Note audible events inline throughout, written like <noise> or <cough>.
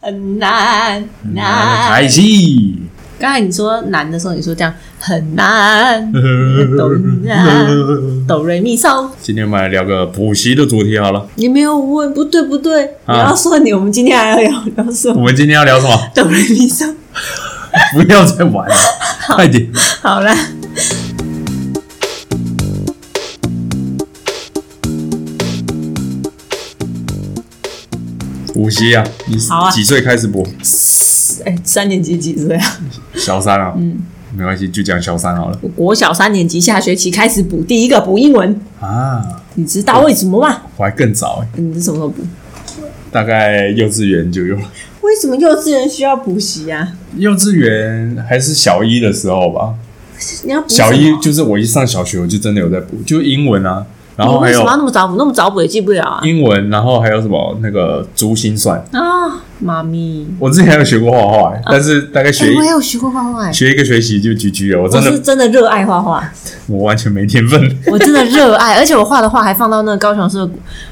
很难难。开戏。刚才你说难的时候，你说这样很难，抖音啊，哆瑞咪嗦。 <laughs> 今天我们来聊个补习的主题好了。你没有问，不对不对，啊嗯你要说你，我们今天还要聊聊什我么？们今天要聊 <laughs> 什么？哆瑞咪嗦。不要再玩了，快点！好啦，补习啊，你好啊几岁开始补？哎，三年级几岁啊？小三啊，嗯，没关系，就讲小三好了。我国小三年级下学期开始补第一个补英文，啊，你知道为什么吗？我还更早哎、你是什么时候补？大概幼稚园就有了，为什么幼稚园需要补习啊？幼稚园还是小一的时候吧。你要补什么小一就是我一上小学，我就真的有在补，就英文啊，然后你还为什有么要那么早补？那么早补也记不了啊！英文，然后还有什么那个珠心算，啊，妈咪，我之前还有学过画画、欸，但是大概学哎，一我也有学过画画，哎学一个学期就 GG 了，我我真是的真的热爱画画，我完全没天分。 <laughs> <laughs> 我真的热爱，而且我画的画还放到那个高雄市的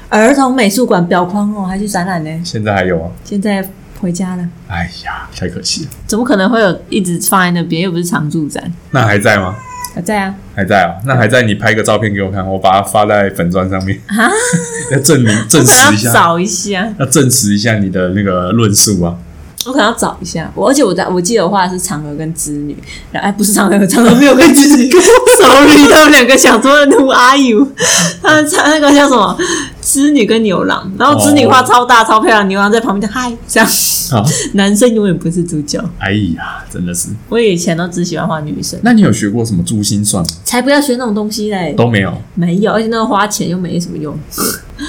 儿童美术馆表框哦，还去展览呢。现在还有啊，现在回家了，哎呀，太可惜了。怎么可能会有一直放在那边？又不是常驻展，那还在吗？还在啊。还在啊，那还在，你拍个照片给我看，我把它发在粉砖上面 <laughs> 啊，要证明证我可能实一要下，找一下，要证实一下你的那个论述啊。 <laughs> 我可能要找一下。我而且我在我记得我画的是嫦娥跟织女，然后哎不是嫦娥，嫦娥没有跟织女 <laughs> ，sorry，他们两个想说 Who are <laughs> you？他们唱那个叫什么？织女跟牛郎，然后织女画超大、超漂亮，牛郎在旁边就嗨 <laughs> 这样。啊，男生永远不是主角。哎呀，真的是。我以前都只喜欢画女生，那你有学过什么珠心算吗？才不要学那种东西嘞。都没有。没有，而且那个花钱又没什么用。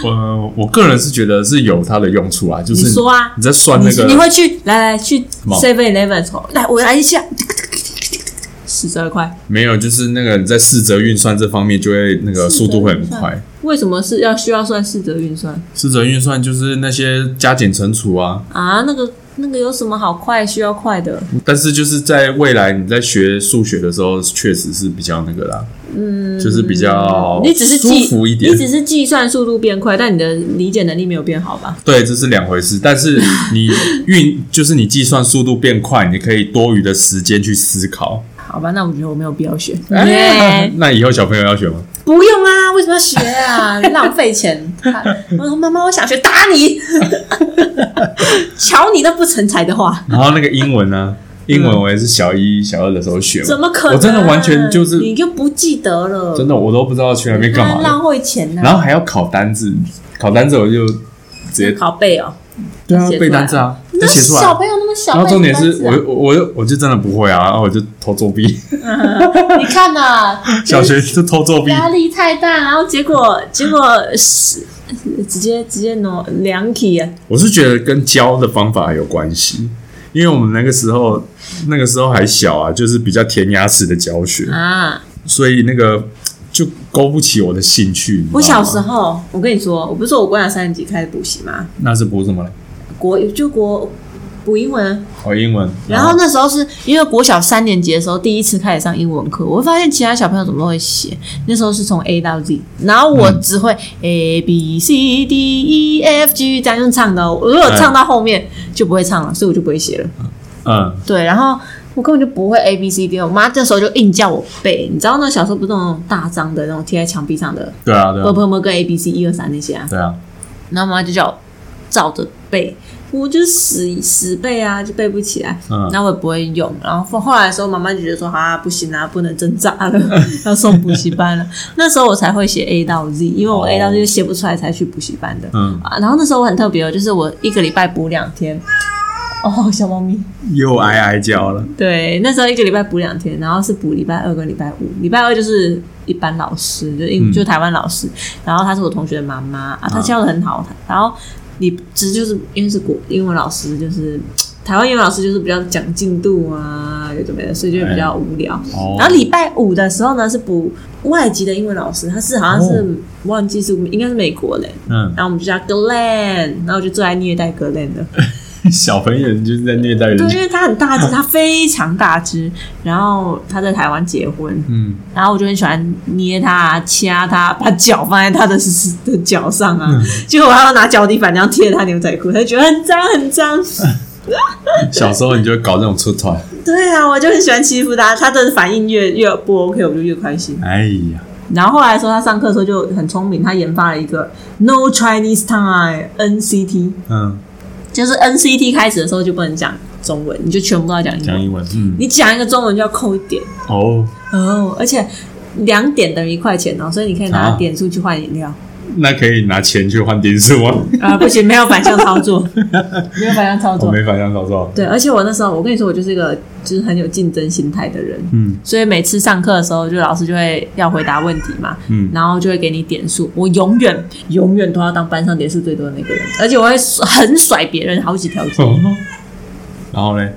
我我个人是觉得是有它的用处啊，就是你说啊你在算那你你个会去来来去么 Seven Eleven 来我来一下， <laughs> 十十二块。没有，就是那个你在四则运算这方面就会那个速度会很四则运快算。为什么是要需要算四则运算四则运算就是那些加减乘除啊，啊？那个那个有什么好快需要快的？但是就是在未来你在学数学的时候，确实是比较那个啦，嗯，就是比较你只是舒计服一点你，只是计算速度变快，但你的理解能力没有变好吧？对，这是两回事。但是你运就是你计算速度变快，你可以多余的时间去思考。好吧，那我觉得我没有必要学。 <laughs> 哎耶，那以后小朋友要学吗？不用啊，为什么要学啊？浪费钱！ <laughs> 我说妈妈，我想学，打你！ <laughs> 瞧你那不成才的话，然后那个英文呢？英文我也是小一、小二的时候学嘛，嗯怎么可能？我真的完全就是你就不记得了，真的，我都不知道去那边干嘛的。浪费钱呢、然后还要考单字，考单字我就直接拷贝哦，对啊写出来背单字啊，就那写出来小啊。朋友那么小，然后重点背是什么我单字我我就我就真的不会啊，然后我就偷作弊，啊你看 <laughs> 呐、小学就偷作弊，压力太大，然后结果结果是直接直接挪量体啊，我是觉得跟教的方法有关系，因为我们那个时候那个时候还小啊，就是比较填鸭式的教学，啊！所以那个就勾不起我的兴趣。你知道吗我小时候，我跟你说，我不是说我国小三年级开始补习吗？那是补什么嘞？国就国补英文啊，哦，英文。然后那时候是因为国小三年级的时候第一次开始上英文课，我会发现其他小朋友怎么都会写，那时候是从 A 到 Z，然后我只会 A B C D E F G 这样用唱的哦，我如果唱到后面就不会唱了，所以我就不会写了。嗯，对，然后我根本就不会 A B C D，我 E，妈这时候就硬叫我背，你知道那小时候不是那种大张的那种贴在墙壁上的对啊，对波啊，波波跟 A B C 一二三那些啊，对啊。然后妈妈就叫我照着背，我就死死背啊，就背不起来。嗯那我也不会用。然后后来的时候，妈妈就觉得说啊，不行啊，不能挣扎了， <laughs> 要送补习班了。那时候我才会写 A 到 Z，因为我哦 A 到 Z 就写不出来，才去补习班的。嗯啊，然后那时候我很特别哦，就是我一个礼拜补两天。哦，小猫咪。又哀哀叫了。对，那时候一个礼拜补两天，然后是补礼拜二跟礼拜五。礼拜二就是一般老师，就英、嗯就台湾老师，然后她是我同学的妈妈啊，她教的很好。然后你只就是因为是国英文老师，就是台湾英文老师就是比较讲进度啊，有准备的，所以就会比较无聊。哦然后礼拜五的时候呢，是补外籍的英文老师，他是好像是、哦忘记是应该是美国人，嗯， <laughs> 然后我们就叫 Glenn，然后我就最爱虐待 Glenn 的。小朋友就是在虐待人对，因。嗯为他很大只，他非常大只，然后他在台湾结婚，嗯，然后我就很喜欢捏他、掐他，把脚放在他的嗯 <laughs> 的脚上啊，结果我还要拿脚底板这样贴他牛仔裤，他就觉得很脏很脏。小时候你就会搞这种出团，对啊，我就很喜欢欺负他，他的反应越越不 OK，我就越开心。哎呀，然后后来说他上课的时候就很聪明，他研发了一个 No Chinese Time NCT，嗯，就是 NCT 开始的时候就不能讲中文，你就全部都要讲英讲文。英文，嗯，你讲一个中文就要扣一点哦，哦，而且两点等于一块钱哦，所以你可以拿啊点数去换饮料。那可以拿钱去换点数吗？啊，不行，没有反向操 <laughs> 作，没有反向操我作。哦没反向操作，对，而且我那时候，我跟你说，我就是一个就是很有竞争心态的人，嗯所以每次上课的时候，就老师就会要回答问题嘛，嗯，然后就会给你点数。我永远永远都要当班上点数最多的那个人，而且我会很甩别人好几条街，哦然后嘞，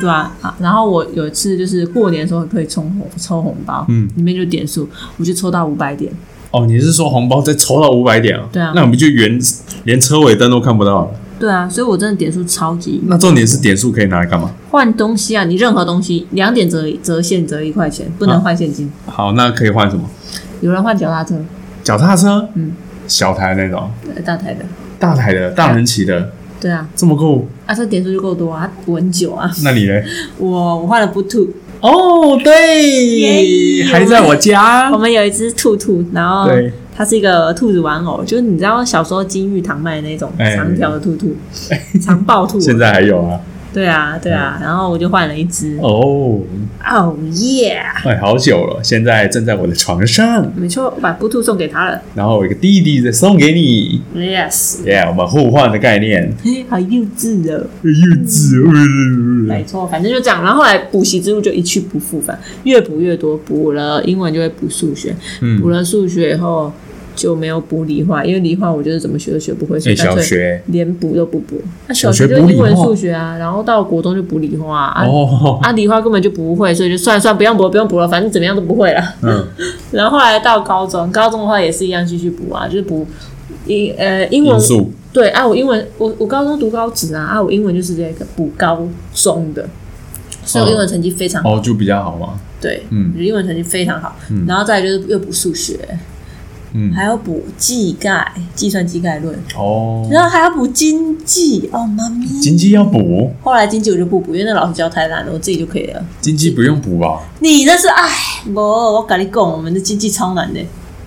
对啊，啊然后我有一次就是过年的时候可以抽红抽红包，嗯里面就点数，我就抽到五百点，哦，你是说红包再抽到五百点啊？对啊那我们就原连车尾灯都看不到了。对啊，所以我真的点数超级那重点是点数可以拿来干嘛？换东西啊，你任何东西两点折折现折一块钱，不能啊换现金。好，那可以换什么？有人换脚踏车，脚踏车，嗯，小台那种，呃大台的，大台的，大人骑的，对啊，这么酷？啊这点数就够多啊，我很久啊， <laughs> 那你嘞？我我换了不兔，哦，耶对，还在我家我。们有一只兔兔，然后对它是一个兔子玩偶，就是你知道小时候金玉堂卖的那种哎长条的兔 <laughs> 兔，长抱兔，现在还有啊？对啊对啊，然后我就换了一只，哦，哦耶，哎，好久了，现在正在我的床上，没错，我把布兔送给他了然后我有一个弟弟在送给你。 ，yes，耶、我们互换的概念，嘿 <laughs> 好幼稚哦。幼稚。没错，反正就这样。然后后来补习之路就一去不复返，越补越多，补了英文就会补数学，嗯补了数学以后就没有补理化，因为理化我就是怎么学都学不会，所哎，以干小脆学连补都不补。那小学学就补理英文、化数学啊，然后到国中就补理化啊，哦，啊理化根本就不会，所以就算了算了不用补了不用补了，反正怎么样都不会了。嗯，然后后来到高中，高中的话也是一样继续补啊，就是补英呃英文因素对啊，我英文我我高中读高职啊，啊我英文就是这个补高中的，所以我英文成绩非常好，哦就比较好嘛。对，嗯我英文成绩非常好，嗯然后再来就是又补数学，嗯，还要补计概，计算机概论，哦，然后还要补经济，哦妈咪，经济要补，后来经济我就不补，因为那老师教太烂了，我自己就可以了。经济不用补吧？你那是哎，我我跟你讲，我们的经济超难的，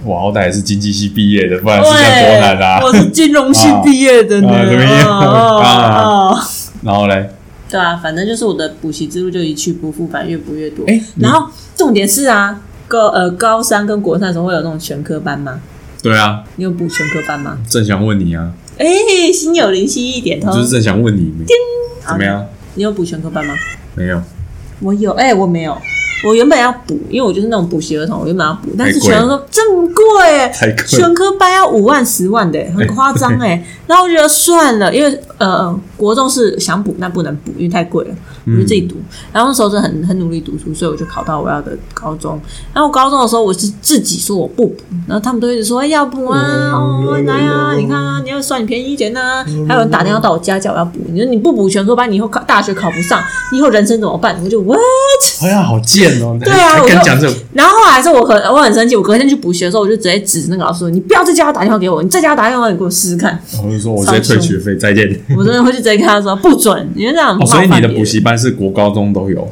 我好歹也是经济系毕业的，不然是这样多难啊对，！我是金融系毕业的呢，啊怎么样啊哦哦哦然后嘞，对啊，反正就是我的补习之路就一去不复返，越补越多。哎然后重点是啊，高呃高三跟国三的时候会有那种全科班吗？对啊，你有补全科班吗？正想问你啊，哎、心有灵犀一点我通。就是正想问你，怎么样？你有补全科班吗？没有，我有，哎、我没有。我原本要补，因为我就是那种补习儿童，我原本要补，但是全科这么贵、哎太贵了全科班要五万、十万的、哎很夸 <laughs> 张哎。然后我觉得算了，因为呃，国中是想补，但不能补，因为太贵了，我就自己读。然后那时候真的很很努力读书，所以我就考到我要的高中。然后我高中的时候，我是自己说我不补，然后他们都一直说、哎要补啊，哦来啊，你看啊，你要算你便宜一点呐、啊。还有人打电话到我家叫我要补，你说你不补全科班，你以后考大学考不上，你以后人生怎么办？我就 what？哎呀，好贱哦！对啊还我就敢讲这种，然后后来是我很我很生气，我隔天去补习的时候，我就直接指那个老师说：“你不要再叫他打电话给我，你再叫他打电话给我，你给我试试看。我哦就说我直接退学费，再见。”我真的会去直接跟他说：“不准，你这样很哦，冒所犯以别你的人。补习班是国高中都有，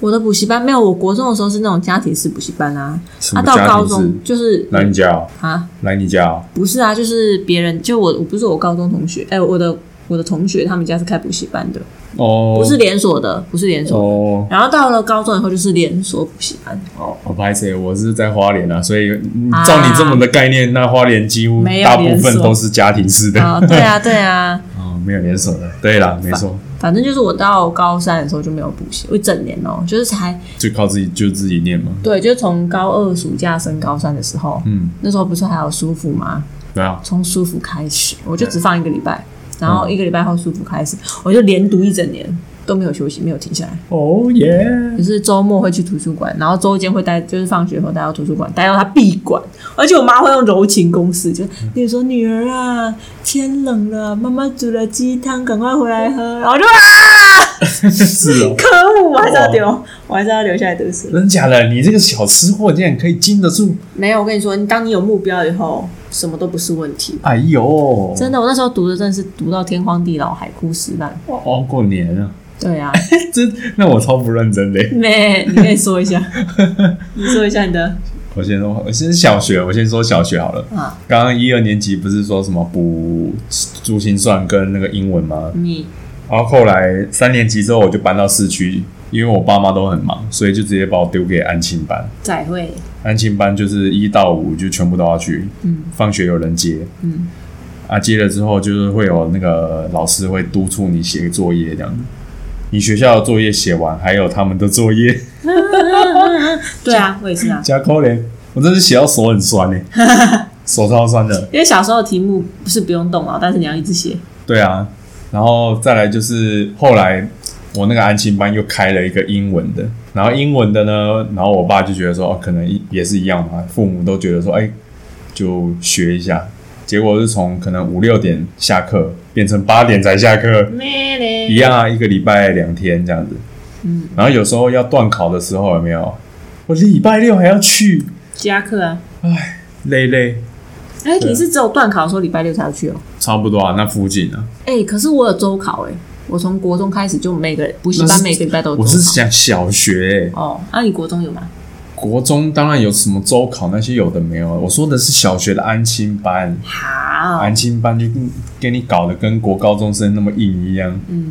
我的补习班没有，我国中的时候是那种家庭式补习班啊，什啊么到家高庭是中就是来你家哦，啊来你家哦，不是啊，就是别人就我我不是我高中同学，哎、我的我的同学他们家是开补习班的，哦，不是连锁的，不是连锁。哦然后到了高中以后就是连锁补习班，哦，我拍谁？我是在花莲啊，所以嗯啊照你这么的概念，那花莲几乎没有大部连分锁都是家庭式的，啊、对啊，对啊。 <laughs> 哦，没有连锁的，对啦，没错，反正就是我到高三的时候就没有补习，我一整年哦、就是才就靠自己就自己念嘛，对，就是从高二暑假升高三的时候，嗯，那时候不是还有舒服吗？对啊，从舒服开始，我就只放一个礼拜，然嗯后一个礼拜后舒服开始，我就连读一整年都没有休息，没有停下来。哦耶，就是周末会去图书馆，然后周间会待，就是放学后待到图书馆，待到他闭馆。而且我妈会用柔情攻势，就例如说女儿啊，天冷了，妈妈煮了鸡汤，赶快回来喝。然后我就啊， <laughs> 是哦。可恶，我还是要留，我还是要留下来读书。真假的？你这个小吃货竟然可以经得住？没有，我跟你说，当你有目标以后，什么都不是问题。哎呦，真的，我那时候读的真的是读到天荒地老、海枯石烂。熬过年啊！ <laughs> 对啊，真那我超不认真的耶。妹，你可以说一 <laughs> 下，你说一下你 <laughs> 的我先说，我先小学，我先说小学好了。啊，刚刚一二年级不是说什么补珠心算跟那个英文吗？你然后后来三年级之后我就搬到市区，因为我爸妈都很忙，所以就直接把我丢给安亲班。再会，安亲班就是一到五就全部都要去，嗯放学有人接嗯，啊，接了之后就是会有那个老师会督促你写作业这样。你学校的作业写完，还有他们的作业 <laughs> 对啊，我也是啊，加扣嘞，我真是写到手很酸呢、手超酸的。因为小时候的题目不是不用动啊脑，但是你要一直写，对啊，然后再来就是后来我那个安亲班又开了一个英文的，然后英文的呢，然后我爸就觉得说，哦，可能一也是一样嘛，父母都觉得说，哎，就学一下。结果是从可能五六点下课变成八点才下课，妹嘞一样啊，一个礼拜两天这样子。嗯，然后有时候要断考的时候有没有？我礼拜六还要去，加课啊，累累，哎，对你是只有断考的时候礼拜六才要去哦，差不多啊，那附近啊。哎，可是我有周考哎，我从国中开始就每个补习那班是每个礼拜都有周我考是想小学、欸，哦，那你国中有吗？国中当然有什么周考那些有的没有，我说的是小学的安亲班，好，安亲班就给你搞得跟国高中生那么硬一样。嗯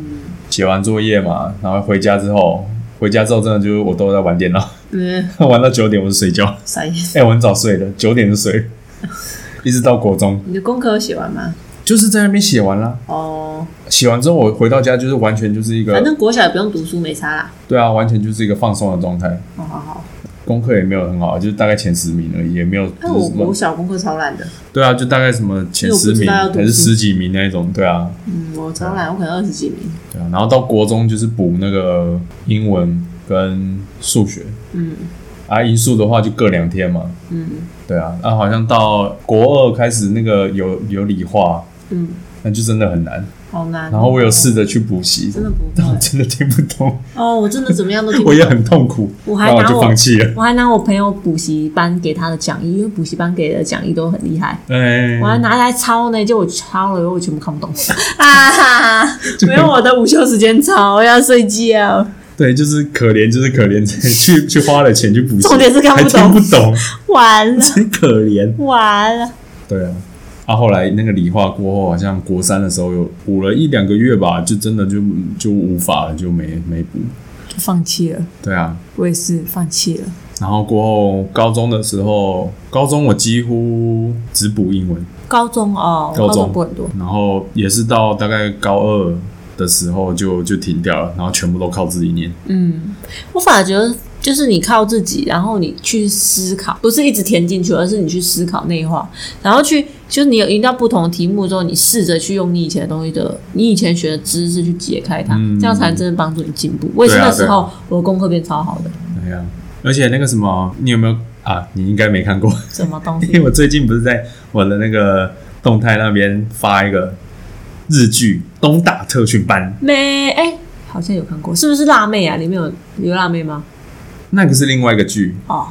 写完作业嘛，然后回家之后，回家之后真的就是我都在玩电脑， <laughs> 嗯，玩到九点我就睡觉。 <laughs> 啥意思？哎、我很早睡的，九点就睡 <laughs> 了，一直到国中，你的功课有写完吗？就是在那边写完啦。哦，写完之后我回到家就是完全就是一反个，正国小也不用读书，没差啦。对啊，完全就是一个放松的状态。哦，好好。功课也没有很好，就是大概前十名而已，也没有。哎，我国小功课超烂的，对啊，就大概什么因前十为我不知名道要读书还是十几名那一种，对啊，嗯，我超烂，我可能二十几名。对啊。然后到国中就是补那个英文跟数学，嗯啊，英数的话就各两天嘛，嗯对啊。那、好像到国二开始那个有有理化，嗯，那就真的很难。好难。然后我有试着去补习，真的不但我会真的听不 <laughs> 懂，哦， <laughs> 我真的怎么样都听不我也懂。很痛苦，我还然后拿就我放 <laughs> 弃了。我还拿我朋友补习班给他的讲义，因为补习班给的讲义都很厉害，哎我，还拿来抄呢，就我抄了，我全部看不 <laughs> 懂啊！哈哈，没有我的午休时间抄，我要睡觉。对，就是可怜，就是可怜， <laughs> 去去花了钱去补习，重点是看还不懂听不懂， <laughs> <laughs> 完了真可怜。完了，对啊，啊，后来那个理化过后，好像国三的时候有补了一两个月吧，就真的就就无法了，就没没补。就放弃了，对啊，我也是放弃了。然后过后高中的时候，高中我几乎只补英文，高中哦，高中高中不很多，然后也是到大概高二的时候就就停掉了，然后全部都靠自己念。嗯，我反而觉得就是你靠自己，然后你去思考，不是一直填进去，而是你去思考内化，然后去就是你有遇到不同的题目之后，你试着去用你以前的东西的，你以前学的知识去解开它，嗯这样才能真正帮助你进步。我也是对啊那时候、我的功课变超好 <laughs> 的，对啊，而且那个什么，你有没有啊？你应该没看过，什么东因为西？我最近不是在我的那个动态那边发一个日剧《东大特训班》。没哎、好像有看过，是不是辣妹啊？里面有有辣妹吗？那个是另外一个剧哦，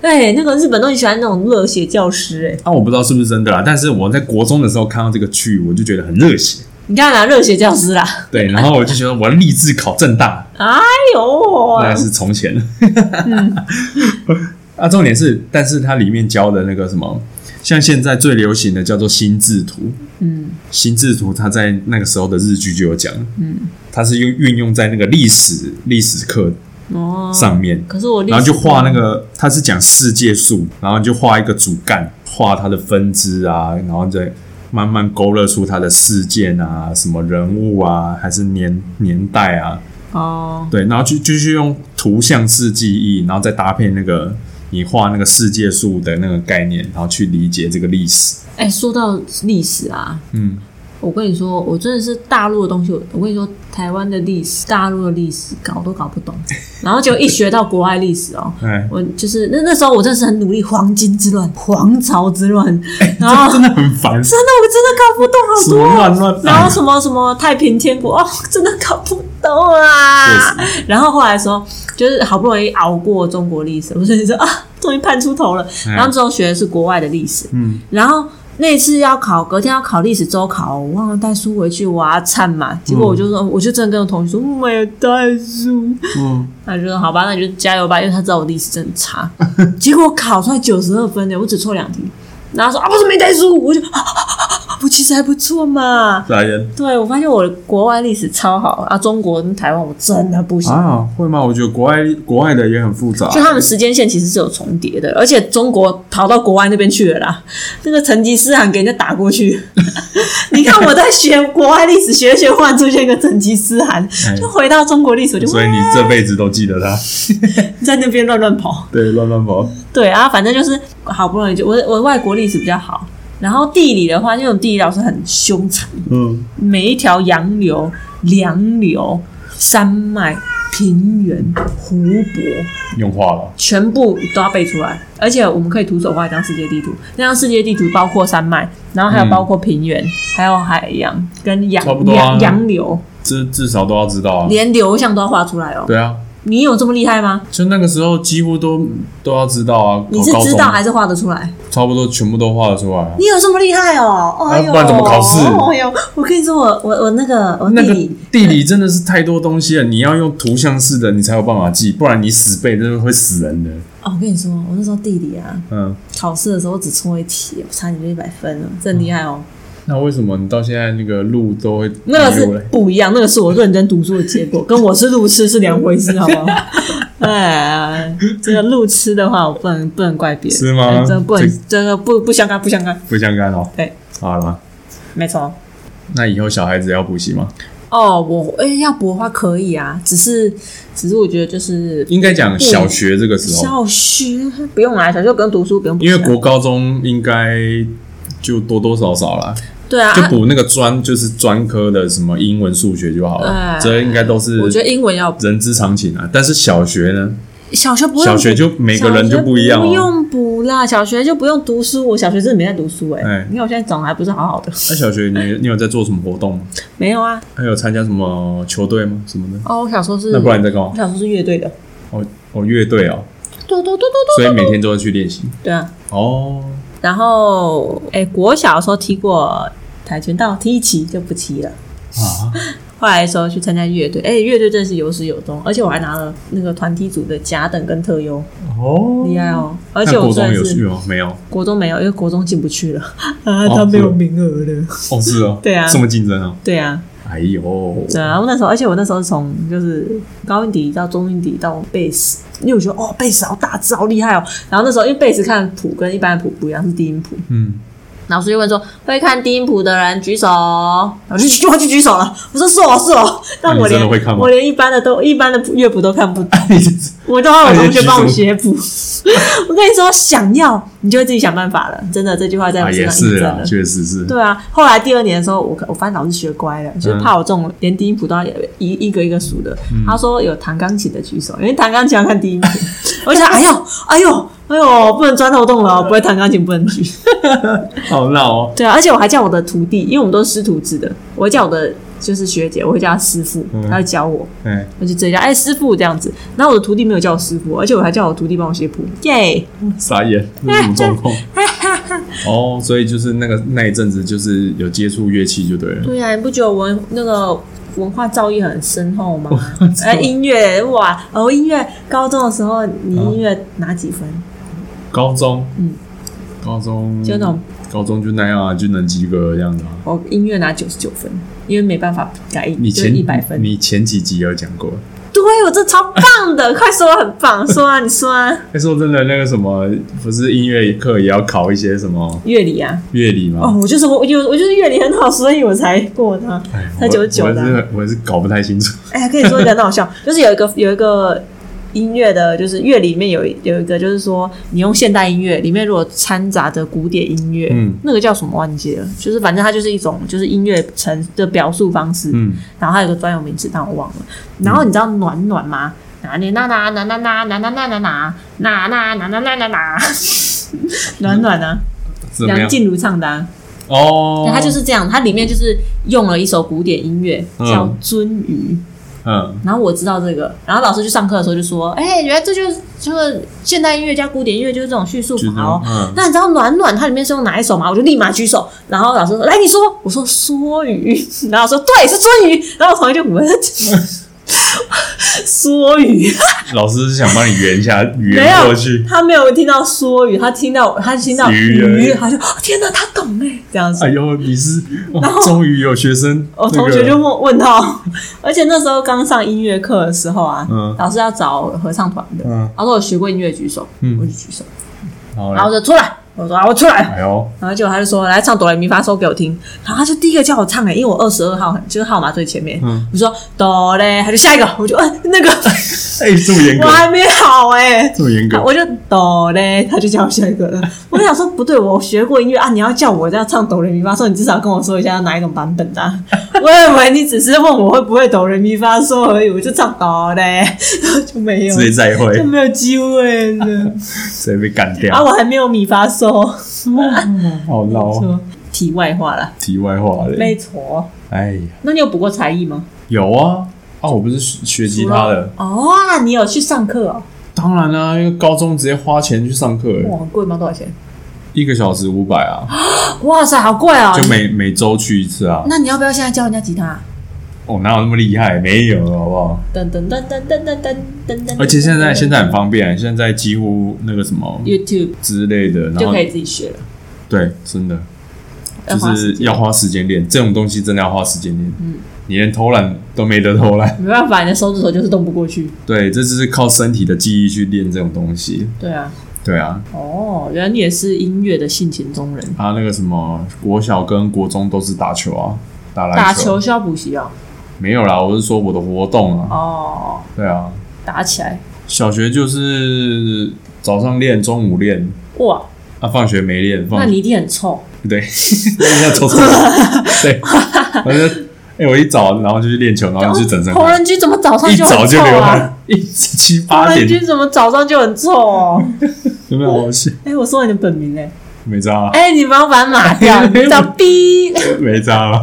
对，那个日本都很喜欢那种热血教师哎、啊，我不知道是不是真的啦。但是我在国中的时候看到这个剧，我就觉得很热血，你看啊啦，热血教师啦，对，然后我就觉得我立志考正大，哎呦，那是从前。 <laughs> 啊，重点是，但是它里面教的那个什么，像现在最流行的叫做心智图，嗯。心智图它在那个时候的日剧就有讲，嗯，它是用运用在那个历史历史课哦，上面，可是我历史然后就画那个，它是讲世界树，然后就画一个主干，画它的分支啊，然后再慢慢勾勒出它的事件啊，什么人物啊，还是年年代啊，哦，对，然后就就是用图像式记忆，然后再搭配那个你画那个世界树的那个概念，然后去理解这个历史。哎、说到历史啊，嗯，我跟你说，我真的是大陆的东西，我我跟你说，台湾的历史、大陆的历史搞都搞不 <laughs> 懂，然后就一学到国外历史哦。哎，我就是那那时候我真的是很努力，黄金之乱、皇朝之乱，然后哎真的很 <laughs> 烦，什真的我真的搞不懂好么多哦，乱乱。然后什么什么太平天国哦，真的搞不懂啊。然后后来说，就是好不容易熬过中国历史，我就说啊，终于盼出头了。嗯然后之后学的是国外的历史，嗯，然后那次要考，隔天要考历史周考，我忘了带书回去，我要忏嘛。结果我就说，我就真的跟同学说，我没有带书。嗯，他就说好吧，那你就加油吧，因为他知道我历史真的差。结果我考出来九十二分的，我只错两题。然后他说啊，我是没带书，我就、啊啊啊我其实还不错嘛。来人对，我发现我的国外历史超好啊，中国跟台湾我真的不行。啊，会吗？我觉得国外国外的也很复杂就，他们时间线其实是有重叠的，而且中国跑到国外那边去了啦。 <laughs> 那个成吉思汗给人家打过去， <laughs> 你看我在学国外历史学一学，忽然出现一个成吉思汗哎，就回到中国历史，我就所以你这辈子都记得他。在那边乱乱跑。对，乱乱跑。对啊，反正就是好不容易就我我外国历史比较好，然后地理的话，因为我们地理老师很凶残，嗯，每一条洋流、梁流、山脉、平原、湖泊。用话了。全部都要背出来，而且我们可以徒手画一张世界地图。那张世界地图包括山脉，然后还有嗯包括平原，还有海洋跟洋、差不多啊洋洋流，这至少都要知道啊。连流向都要画出来哦。对啊，你有这么厉害吗？就那个时候几乎都都要知道啊。你是考高知中道还是画得出来？差不多全部都画得出来啊。你有这么厉害哦？哦、啊呦，不然怎么考试哎呦，我跟你说我，我我那个我地那个理、呃地理真的是太多东西了，你要用图像式的，你才有办法记，不然你死背真的会死人的。哦，我跟你说，我那时候地理啊，嗯，考试的时候我只错一题，我差点就一百分了，真厉害哦。那为什么你到现在那个路都会那个是迷路嘞不一样，那个是我认真读书的结果，跟我是路痴是两回事，好 <laughs> 不好？哎，这个路痴的话，我不能不能怪别人，哎是吗真的不这能，真的不不相干，不相干，不相干哦？对，好啦，没错。那以后小孩子要补习吗？哦，我哎、要补的话可以啊，只是只是我觉得就是应该讲小学这个时候，小学不用啊，小学不用读书，不用补习因啊为国高中应该就多多少少啦，对 <laughs> 啊，就啊补那个专就是专科的什么英文、数学就好了哎，这应该都是我觉得英文要人之常情啊。但是小学呢，小学不用小补学就每个人就不一样小学不哦。用补啦，小学就不用读书，我小学真的没在读书哎、哎你看我现在长得还不是好好的， <laughs> 那小学你你有在做什么活动吗？没有啊。还有参加什么球队吗？什么的？哦，我小时候是，那不然你在干我嘛？小时候是乐队的，哦哦，乐队哦，嘟嘟嘟嘟嘟，所以每天都要去练习对啊。哦。然后，哎，国小的时候踢过跆拳道，踢一期就不踢了。啊，后来的时候去参加乐队，哎，乐队真的是有始有终，而且我还拿了那个团体组的甲等跟特优，哦厉害哦！而那且我国虽中然有去是吗？哦没有，国中没有，因为国中进不去了， <laughs> 啊，他没有名额了。哦是哦， <laughs> 对啊这么竞争啊，对啊，哎呦，对啊，然后那时候，而且我那时候是从就是高音底到中音底到贝斯，因为我觉得哦，贝斯好大只，好厉害哦。然后那时候因为贝斯看谱跟一般的谱不一样，是低音谱，嗯，老师就问说：“会看低音谱的人举手。”我就就去举手了。我说：“是我是我。”但我哎那你真的连会看吗我连一般的都一般的乐谱都看不懂，你我都让我同学帮我那你学 <laughs> 谱。我跟你说，想要你就会自己想办法了。真的，这句话在我啊身也上印是证啦，了。确实是，对啊，后来第二年的时候，我我发现老师学乖了，就是怕我这种连低音谱都要一一个一个数的。他说有弹钢琴的举手，因为弹钢琴要看低音谱。我想，哎呦，哎呦，哎呦，不能钻漏洞了，不会弹钢琴不能举。好闹哦，对啊，而且我还叫我的徒弟，因为我们都是师徒制的，我会叫我的就是学姐，我会叫她师傅嗯，她会教我，哎，我就直接叫哎师傅这样子。然后我的徒弟没有叫我师傅，而且我还叫我徒弟帮我写谱，耶！傻 <laughs> 眼，这是什么状况？哦，所以就是那个那一阵子，就是有接触乐器就对了。对啊，你不觉得我文那个文化造诣很深厚吗？哎，音乐哇，哦，音乐高中的时候你音乐拿几分？高中，嗯，高中就那种高中就那样啊，就能及格这样子啊。我音乐拿九十九分，因为没办法改一你就是前一百分。你前几集有讲过。对我这超棒的，快说我很棒，说啊你说啊，那说真的，那个什么，不是音乐课也要考一些什么乐理啊。乐理吗？哦，我就是我，我就我就是乐理很好，所以我才过 <laughs> 它，哎才我九十九我的啊。是我是搞不太清楚。哎，跟你说一个很好笑，就是有一个有一个音乐的，就是乐理里面有一有一个，就是说你用现代音乐里面如果掺杂着古典音乐，嗯那个叫什么忘记了，就是反正它就是一种就是音乐成的表述方式，嗯，然后它有个专有名词，但我忘了。然后你知道暖暖吗？哪里哪哪哪哪哪哪哪哪哪哪哪哪哪哪哪哪哪，暖暖啊，怎么梁样？静茹唱的、啊。哦，对，它就是这样，它里面就是用了一首古典音乐嗯叫《鳟鱼》，嗯，然后我知道这个，然后老师去上课的时候就说：“哎、原来这就是就是现代音乐加古典音乐就是这种叙述就是法哦。嗯，那你知道暖暖它里面是用哪一首吗？我就立马举手，然后老师说：“来， <laughs> 你说。”我说：“梭鱼。” <laughs> 然后我说：“对，是鳟鱼。” <laughs> 然后我同学就闻梭鱼，老师是想帮你圆一下，没圆过有，去。他没有听到梭鱼，他听到他听到鱼而已鱼，他就哦天哪，他懂哎， <laughs> 这样子哎。呦，你是，哦然后终于有学生，我这个同学就问问到， <laughs> 而且那时候刚上音乐课的时候啊，嗯老师要找合唱团的，嗯他说我学过音乐，举手，嗯我就举手，然后嘞然后我就出来，我说啊，我出来，哎呦，然后结果他就说来唱哆来咪发嗦给我听，然后他就第一个叫我唱哎、因为我二十二号很就是号码最前面，嗯我说哆嘞，他就下一个，我就嗯、那个哎，这么严格我，还没好哎、这么严格，我就哆嘞，他就叫我下一个了。我就想说不对，我学过音乐啊，你要叫我这样唱哆来咪发嗦，你至少跟我说一下哪一种版本的、啊。我以为你只是问我会不会哆来咪发嗦而已，我就唱哆嘞， <laughs> 就没有直接再会就，没有机会了。直接被干啊，掉，我还没有米发嗦。 <laughs> 好什老。么题外话啦，题外话嘞，没错。哎呀，那你有补过才艺吗？有啊，啊，我不是学学吉他的，哦啊，你有去上课哦？当然啦、因为高中直接花钱去上课，哇，很贵吗？多少钱？一个小时五百啊，哇塞，好贵哦！就每每周去一次啊。那你要不要现在教人家吉他？哦，哪有那么厉害？没有，好不好？噔噔噔噔噔噔噔噔噔。而且现在现在很方便，现在几乎那个什么 YouTube 之类的，然就后可以自己学了，对，真的要花就时是间要花时间练这种东西，真的要花时间练。嗯你连偷懒都没得 <laughs> 偷懒，没办法，你的手指头就是动不过去。对，这就是靠身体的记忆去练这种东西。对啊，对啊，哦，原来你也是音乐的性情中人。他那个什么国小跟国中都是打球啊，打篮打球需要补习哦。没有啦，我是说我的活动啊，哦，对啊，打起来，小学就是早上练，中午练，哇，啊，放学没练，放那你一定很臭。对， <laughs> 那一下抽抽， <laughs> 对，我就哎、我一早然后就去练球，然后就去整身哦红 <laughs> 汗，人居怎么早上一就早很就臭流啊？汗， <laughs> 一七红八人点，居怎么早上就很臭哦？有没有好笑？哎、我说你的本名哎、没招啊，哎、你帮我把它码掉， <laughs> 你找逼，没招啊，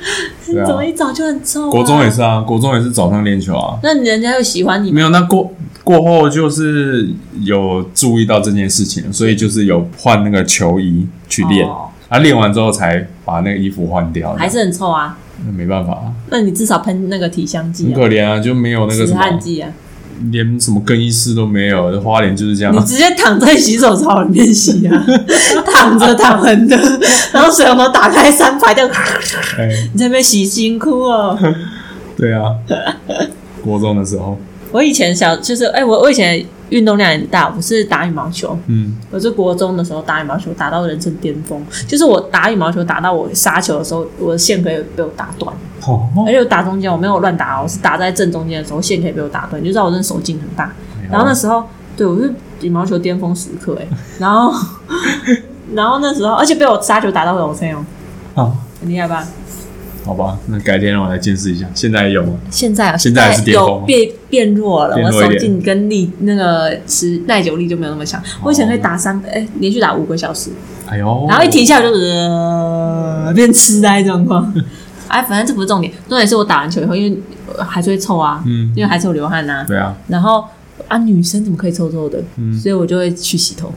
<laughs> 你对啊怎么一早就很臭、啊？国中也，是啊，国中也是早上练球啊，那你人家又喜欢你吗？没有，那过过后就是有注意到这件事情，所以就是有换那个球衣去练，哦啊，练完之后才把那个衣服换掉，还是很臭啊？那没办法啊，那你至少喷那个体香很剂啊，可怜啊，就没有那止个什汗么，剂啊，连什么更衣室都没有，花莲就是这样你 <laughs> 啊。直接躺在洗手槽里面洗 <laughs> 啊，躺着躺横的，然后水龙头打开三排就，哎， <laughs> 你在那边洗辛苦哦。对啊，国中的时候，我以前小就是，哎、我我以前运动量很大，我是打羽毛球，嗯，我是国中的时候打羽毛球打到人生巅峰，就是我打羽毛球打到我杀球的时候，我的线可以被我打断，而哦，且我打中间我没有乱打哦，我是打在正中间的时候线可以被我打断，你就知道我真的手劲很大。哦然后那时候，对我是羽毛球巅峰时刻哎、然后 <laughs> 然后那时候，而且被我杀球打到我这样，啊，很厉害吧？好吧，那改天让我来见识一下，现在有吗？现在啊，现在还是巅峰有变变弱了，变我弱一手点劲跟力那个持耐久力就没有那么强。我以前可以打三哎、连续打五个小时。哎呦，然后一停下来就呃变痴呆状况。哎，反正这不是重点，重点是我打完球以后，因为呃还是会臭啊，嗯因为还是有流汗呐、啊。对啊，然后啊，女生怎么可以臭臭的？嗯所以我就会去洗头。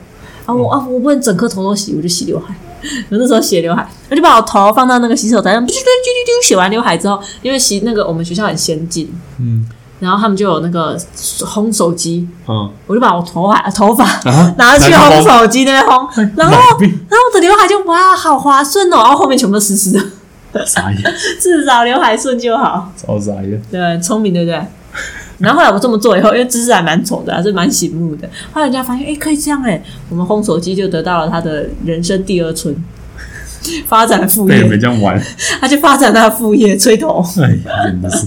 啊，我啊，我不能整颗头都洗，我就洗刘海。 <laughs> 我那时候洗刘海，我就把我头放到那个洗手台上，啾啾啾啾啾，洗完刘海之后，因为洗那个我们学校很先进，嗯然后他们就有那个烘手机， <laughs> 嗯，我就把我头发头发 <laughs> 啊拿去拿烘去手机那边烘，然后哪边然后我的刘海就哇好滑顺哦，然后后面全部都湿湿 <laughs> 的，傻眼，至少刘海顺就好，超傻眼，对，聪明 <laughs> 对不对？然后后来我这么做以后，因为姿势还蛮丑的、啊，还是蛮醒目的。后来人家发现，哎，可以这样哎，我们烘手机就得到了他的人生第二 <laughs> 春，发展副被你业们，这样玩，他去发展他的副业，吹头，哎呀，真的是，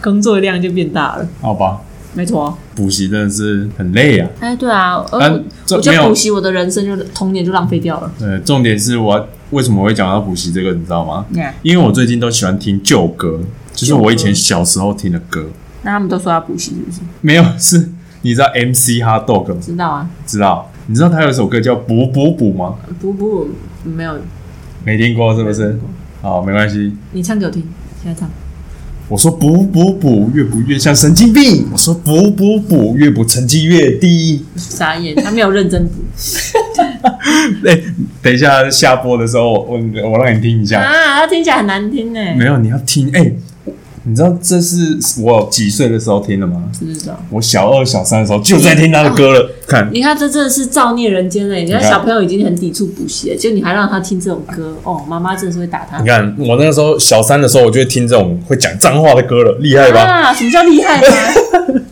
工作量就变大了，好吧，没错。补习真的是很累啊。哎，对啊，呃但我这我没就有补习我的人生就童年就浪费掉了。呃，重点是我为什么会讲到补习这个，你知道吗？ Yeah 因为我最近都喜欢听旧歌，就是我以前小时候听的歌。那他们都说要补习，是不是？没有，是你知道 MC Hot Dog 吗知道啊，知道？你知道他有一首歌叫《补补补》吗？不不没有，没听过是不是？好，没关系。你唱给我听，现在唱。我说补补补，越补越像神经病。我说补补补，越补成绩越低。傻眼，他没有认真补 <laughs> 哎、等一下下播的时候，我我我让你听一下。啊，他听起来很难听呢。没有，你要听。哎、你知道这是我几岁的时候听的吗？知不知道？我小二、小三的时候就在听他的歌了。看，你看，这真的是造孽人间嘞！你看你看小朋友已经很抵触补习了，就你还让他听这种歌，哦，妈妈真的是会打他 <laughs> 你。看，我那个时候小三的时候，我就会听这种会讲脏话的歌了，厉害吧？啊，什么叫厉害 <laughs> 吗？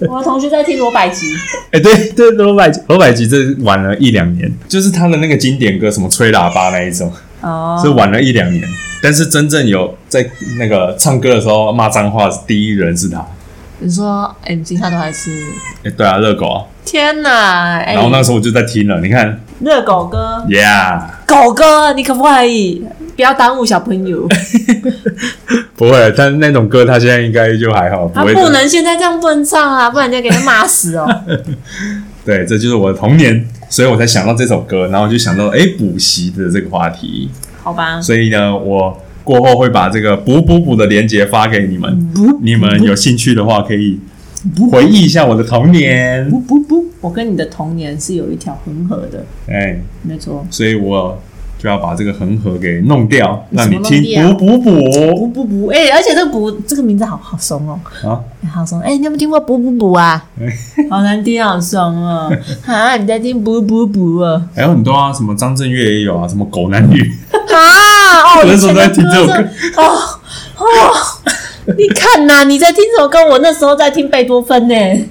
我的同学在听罗百吉，哎、对对，罗百吉罗百吉这晚了一两年，就是他的那个经典歌，什么吹喇叭那一种，哦是晚了一两年。但是真正有在那个唱歌的时候骂脏话，第一人是他。你说 MG 他都还是哎、对啊，热狗啊。天哪！哎然后那时候我就在听了，你看热狗哥， ，Yeah，狗哥，你可不可以不要耽误小朋 <laughs> 友？不会，但那种歌他现在应该就还好，不他会。啊不能现在这样不能唱啊，不然人家给他骂死 <laughs> 哦。对，这就是我的童年，所以我才想到这首歌，然后我就想到哎补习的这个话题，好吧，所以呢，我过后会把这个补补补的链接发给你们，你们有兴趣的话可以回忆一下我的童年，不不，我跟你的童年是有一条恒河的，哎，没错。所以我就要把这个恒河给弄掉，你让怎么你听弄掉补补补补补补，哎、而且这个补这个名字好好怂哦，啊，好怂！哎、你有没有听过补补补啊？哎好难听，好怂哦！啊，你在听补补补哦？还有很多啊，什么张震岳也有啊，什么狗男女， <laughs> 啊，哦，我以那时候前在的听这首歌真的哦哦，你看呐、你在听这首歌，我那时候在听贝多芬呢、哎，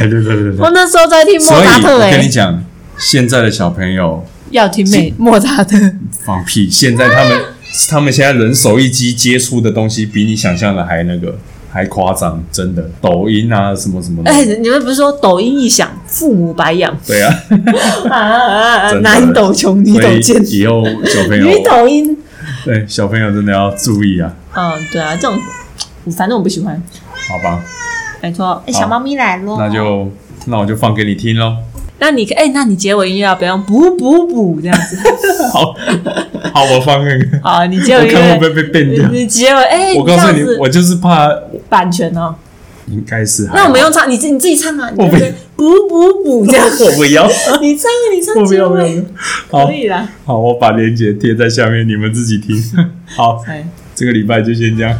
对对对对我，那时候在听所莫以扎特我哎、跟你讲，现在的小朋友。要听美莫扎特，放屁！现在他们、啊他们现在人手一机接触的东西，比你想象的还那个还夸张，真的。抖音啊，什么什么的，哎、你们不是说抖音一响，父母白养对啊。 <laughs> 啊啊啊！真的男抖穷，女所抖以贱，以后小朋友女抖音。对小朋友真的要注意啊，嗯，对啊，这种反正我不喜欢。好吧？没错，哎、好小猫咪来咯。那就那我就放给你听喽。那你可哎、那你结尾音乐要不要用补补补这样子？ <laughs> 好，好，我放那个。好，你结尾我音看乐会不会被变掉你。你结尾哎，我告诉这你样，子我就是怕，版权哦。应该是还好。那我们用唱，你自你自己唱啊，你我不。就是补补补这样 <laughs> 我不要，你唱啊，你唱我不结要，我不尾要。好可以啦。好，我把链接贴在下面，你们自己听。好，哎。这个礼拜就先这样，